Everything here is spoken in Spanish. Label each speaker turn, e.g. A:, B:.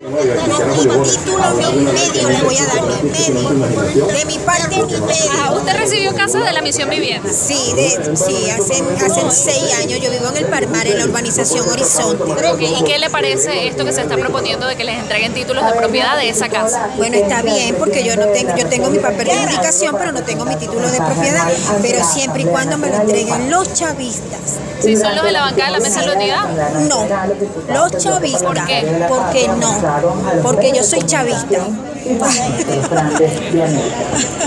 A: Con cinco títulos de medio le voy a dar mi medio. De mi parte, mi
B: Ajá,
A: medio.
B: Ah, usted recibió casa de la misión vivienda.
A: Sí, de, sí hace, hace seis años yo vivo en el Palmar, en la urbanización Horizonte.
B: Ok, ¿Y qué le parece esto que se está proponiendo de que les entreguen títulos de propiedad de esa casa?
A: Bueno, está bien porque yo no tengo, yo tengo mi papel de indicación, pero no tengo mi título de propiedad, pero siempre y cuando me lo entreguen los chavistas.
B: Si son los de la bancada de la mesa de la unidad,
A: No, los chavistas.
B: ¿Por qué?
A: Porque no, porque yo soy chavista.